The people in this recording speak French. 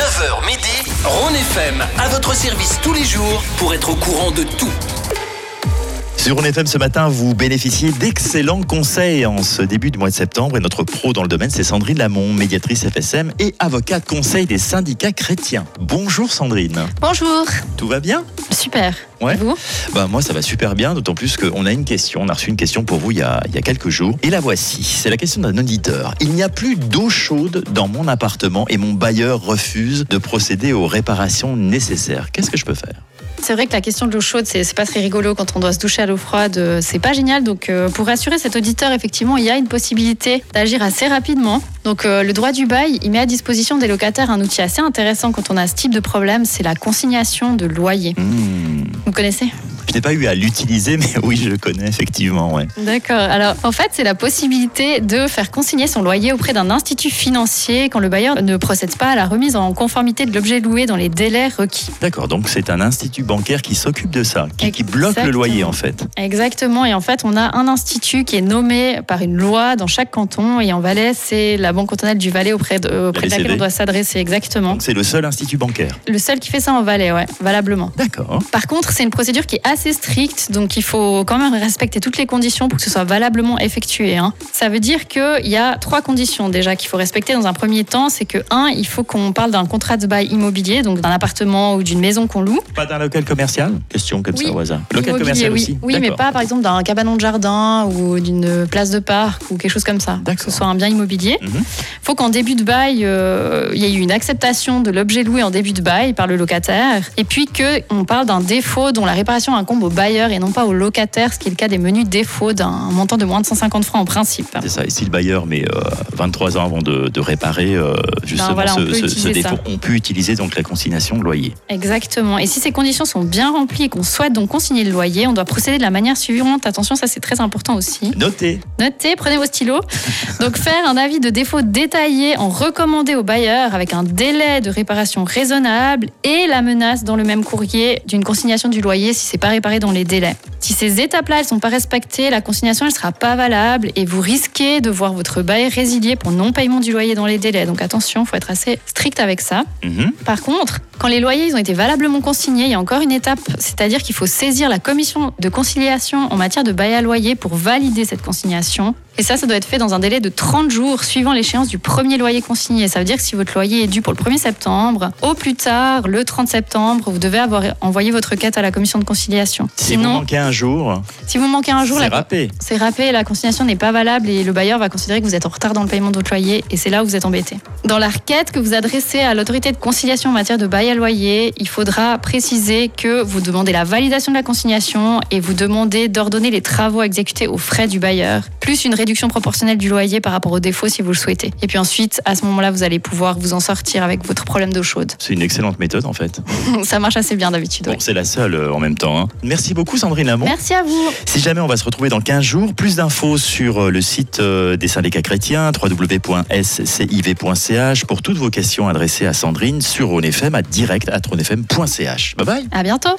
9h midi, Rhône FM, à votre service tous les jours pour être au courant de tout. Sur FM ce matin, vous bénéficiez d'excellents conseils en ce début du mois de septembre et notre pro dans le domaine, c'est Sandrine Lamont, médiatrice FSM et avocate conseil des syndicats chrétiens. Bonjour Sandrine, Bonjour. tout va bien Super. Ouais. Et vous Bah moi ça va super bien, d'autant plus qu'on a une question, on a reçu une question pour vous il y a, il y a quelques jours et la voici, c'est la question d'un auditeur. Il n'y a plus d'eau chaude dans mon appartement et mon bailleur refuse de procéder aux réparations nécessaires. Qu'est-ce que je peux faire C'est vrai que la question de l'eau chaude, c'est c'est pas très rigolo quand on doit se doucher à l'eau froide. euh, C'est pas génial. Donc, euh, pour rassurer cet auditeur, effectivement, il y a une possibilité d'agir assez rapidement. Donc, euh, le droit du bail, il met à disposition des locataires un outil assez intéressant quand on a ce type de problème, c'est la consignation de loyer. Hmm, Vous connaissez Je n'ai pas eu à l'utiliser mais oui je le connais effectivement. Ouais. D'accord. Alors, en fait, c'est la possibilité de faire consigner son loyer auprès d'un institut financier quand le bailleur ne procède pas à la remise en conformité de l'objet loué dans les délais requis. D'accord, donc c'est un institut bancaire qui s'occupe de ça, qui, qui bloque le Exactement. loyer en fait. Exactement, et en fait, on a un institut qui est nommé par une loi dans chaque canton, et en Valais, c'est la Banque cantonale du Valais auprès de, auprès de La laquelle BCV. on doit s'adresser, exactement. Donc c'est le seul institut bancaire. Le seul qui fait ça en Valais, ouais, valablement. D'accord. Par contre, c'est une procédure qui est assez stricte, donc il faut quand même respecter toutes les conditions pour que ce soit valablement effectué. hein. Ça veut dire qu'il y a trois conditions déjà qu'il faut respecter dans un premier temps. C'est que, un, il faut qu'on parle d'un contrat de bail immobilier, donc d'un appartement ou d'une maison qu'on loue. Pas d'un local commercial Question comme Oui. ça au hasard. Local Immobilier, commercial oui. aussi Oui, mais D'accord. pas par exemple d'un cabanon de jardin ou d'une place de parc ou quelque chose comme ça. D'accord. Que ce soit un bien immobilier. Mhm. faut qu'en début de bail, euh, il y ait eu une acceptation de l'objet loué en début de bail par le locataire. Et puis qu'on parle d'un défaut dont la réparation incombe au bailleur et non pas au locataire, ce qui est le cas des menus défauts d'un montant de moins de 150 francs en principe. C'est ça, et si le bailleur met euh, 23 ans avant de, de réparer euh, justement voilà, on ce, peut ce- ce utiliser défaut, ça. on peut utiliser donc la consignation de loyer. Exactement. Et si ces conditions sont bien remplies et qu'on souhaite donc consigner le loyer, on doit procéder de la manière suivante. Attention, ça c'est très important aussi. Notez Notez, prenez vos stylos. Donc faire un avis de défaut détaillé en recommandé au bailleur avec un délai de réparation raisonnable et la menace dans le même courrier d'une consignation du loyer si c'est pas réparé dans les délais. Si ces étapes-là elles sont pas respectées, la consignation elle sera pas valable et vous risquez de voir votre bail résilié pour non-paiement du loyer dans les délais. Donc attention, faut être assez strict avec ça. Mhm. Par contre, quand les loyers ils ont été valablement consignés, il y a encore une étape, c'est-à-dire qu'il faut saisir la commission de conciliation en matière de bail à loyer pour valider cette consignation. Et ça, ça doit être fait dans un délai de 30 jours suivant l'échéance du premier loyer consigné. Ça veut dire que si votre loyer est dû pour le 1er septembre, au plus tard, le 30 septembre, vous devez avoir envoyé votre requête à la commission de conciliation. Si vous Sinon, manquez un jour, si vous manquez un jour, c'est la, râpé. c'est râpé, la consignation n'est pas valable et le bailleur va considérer que vous êtes en retard dans le paiement de votre loyer et c'est là où vous êtes embêté. Dans la requête que vous adressez à l'autorité de conciliation en matière de bail à loyer, il faudra préciser que vous demandez la validation de la consignation et vous demandez d'ordonner les travaux à exécuter aux frais du bailleur, plus une réduction proportionnelle du loyer par rapport au défaut si vous le souhaitez. Et puis ensuite, à ce moment-là, vous allez pouvoir vous en sortir avec votre problème d'eau chaude. C'est une excellente méthode en fait. Ça marche assez bien d'habitude. Bon, ouais. c'est la seule euh, en même temps. hein. Merci beaucoup Sandrine Lamont. Merci à vous. Si jamais on va se retrouver dans 15 jours, plus d'infos sur euh, le site euh, des syndicats chrétiens, www.sciv.ch, pour toutes vos questions adressées à Sandrine sur ONFM à direct at onfm.ch. Bye bye À bientôt.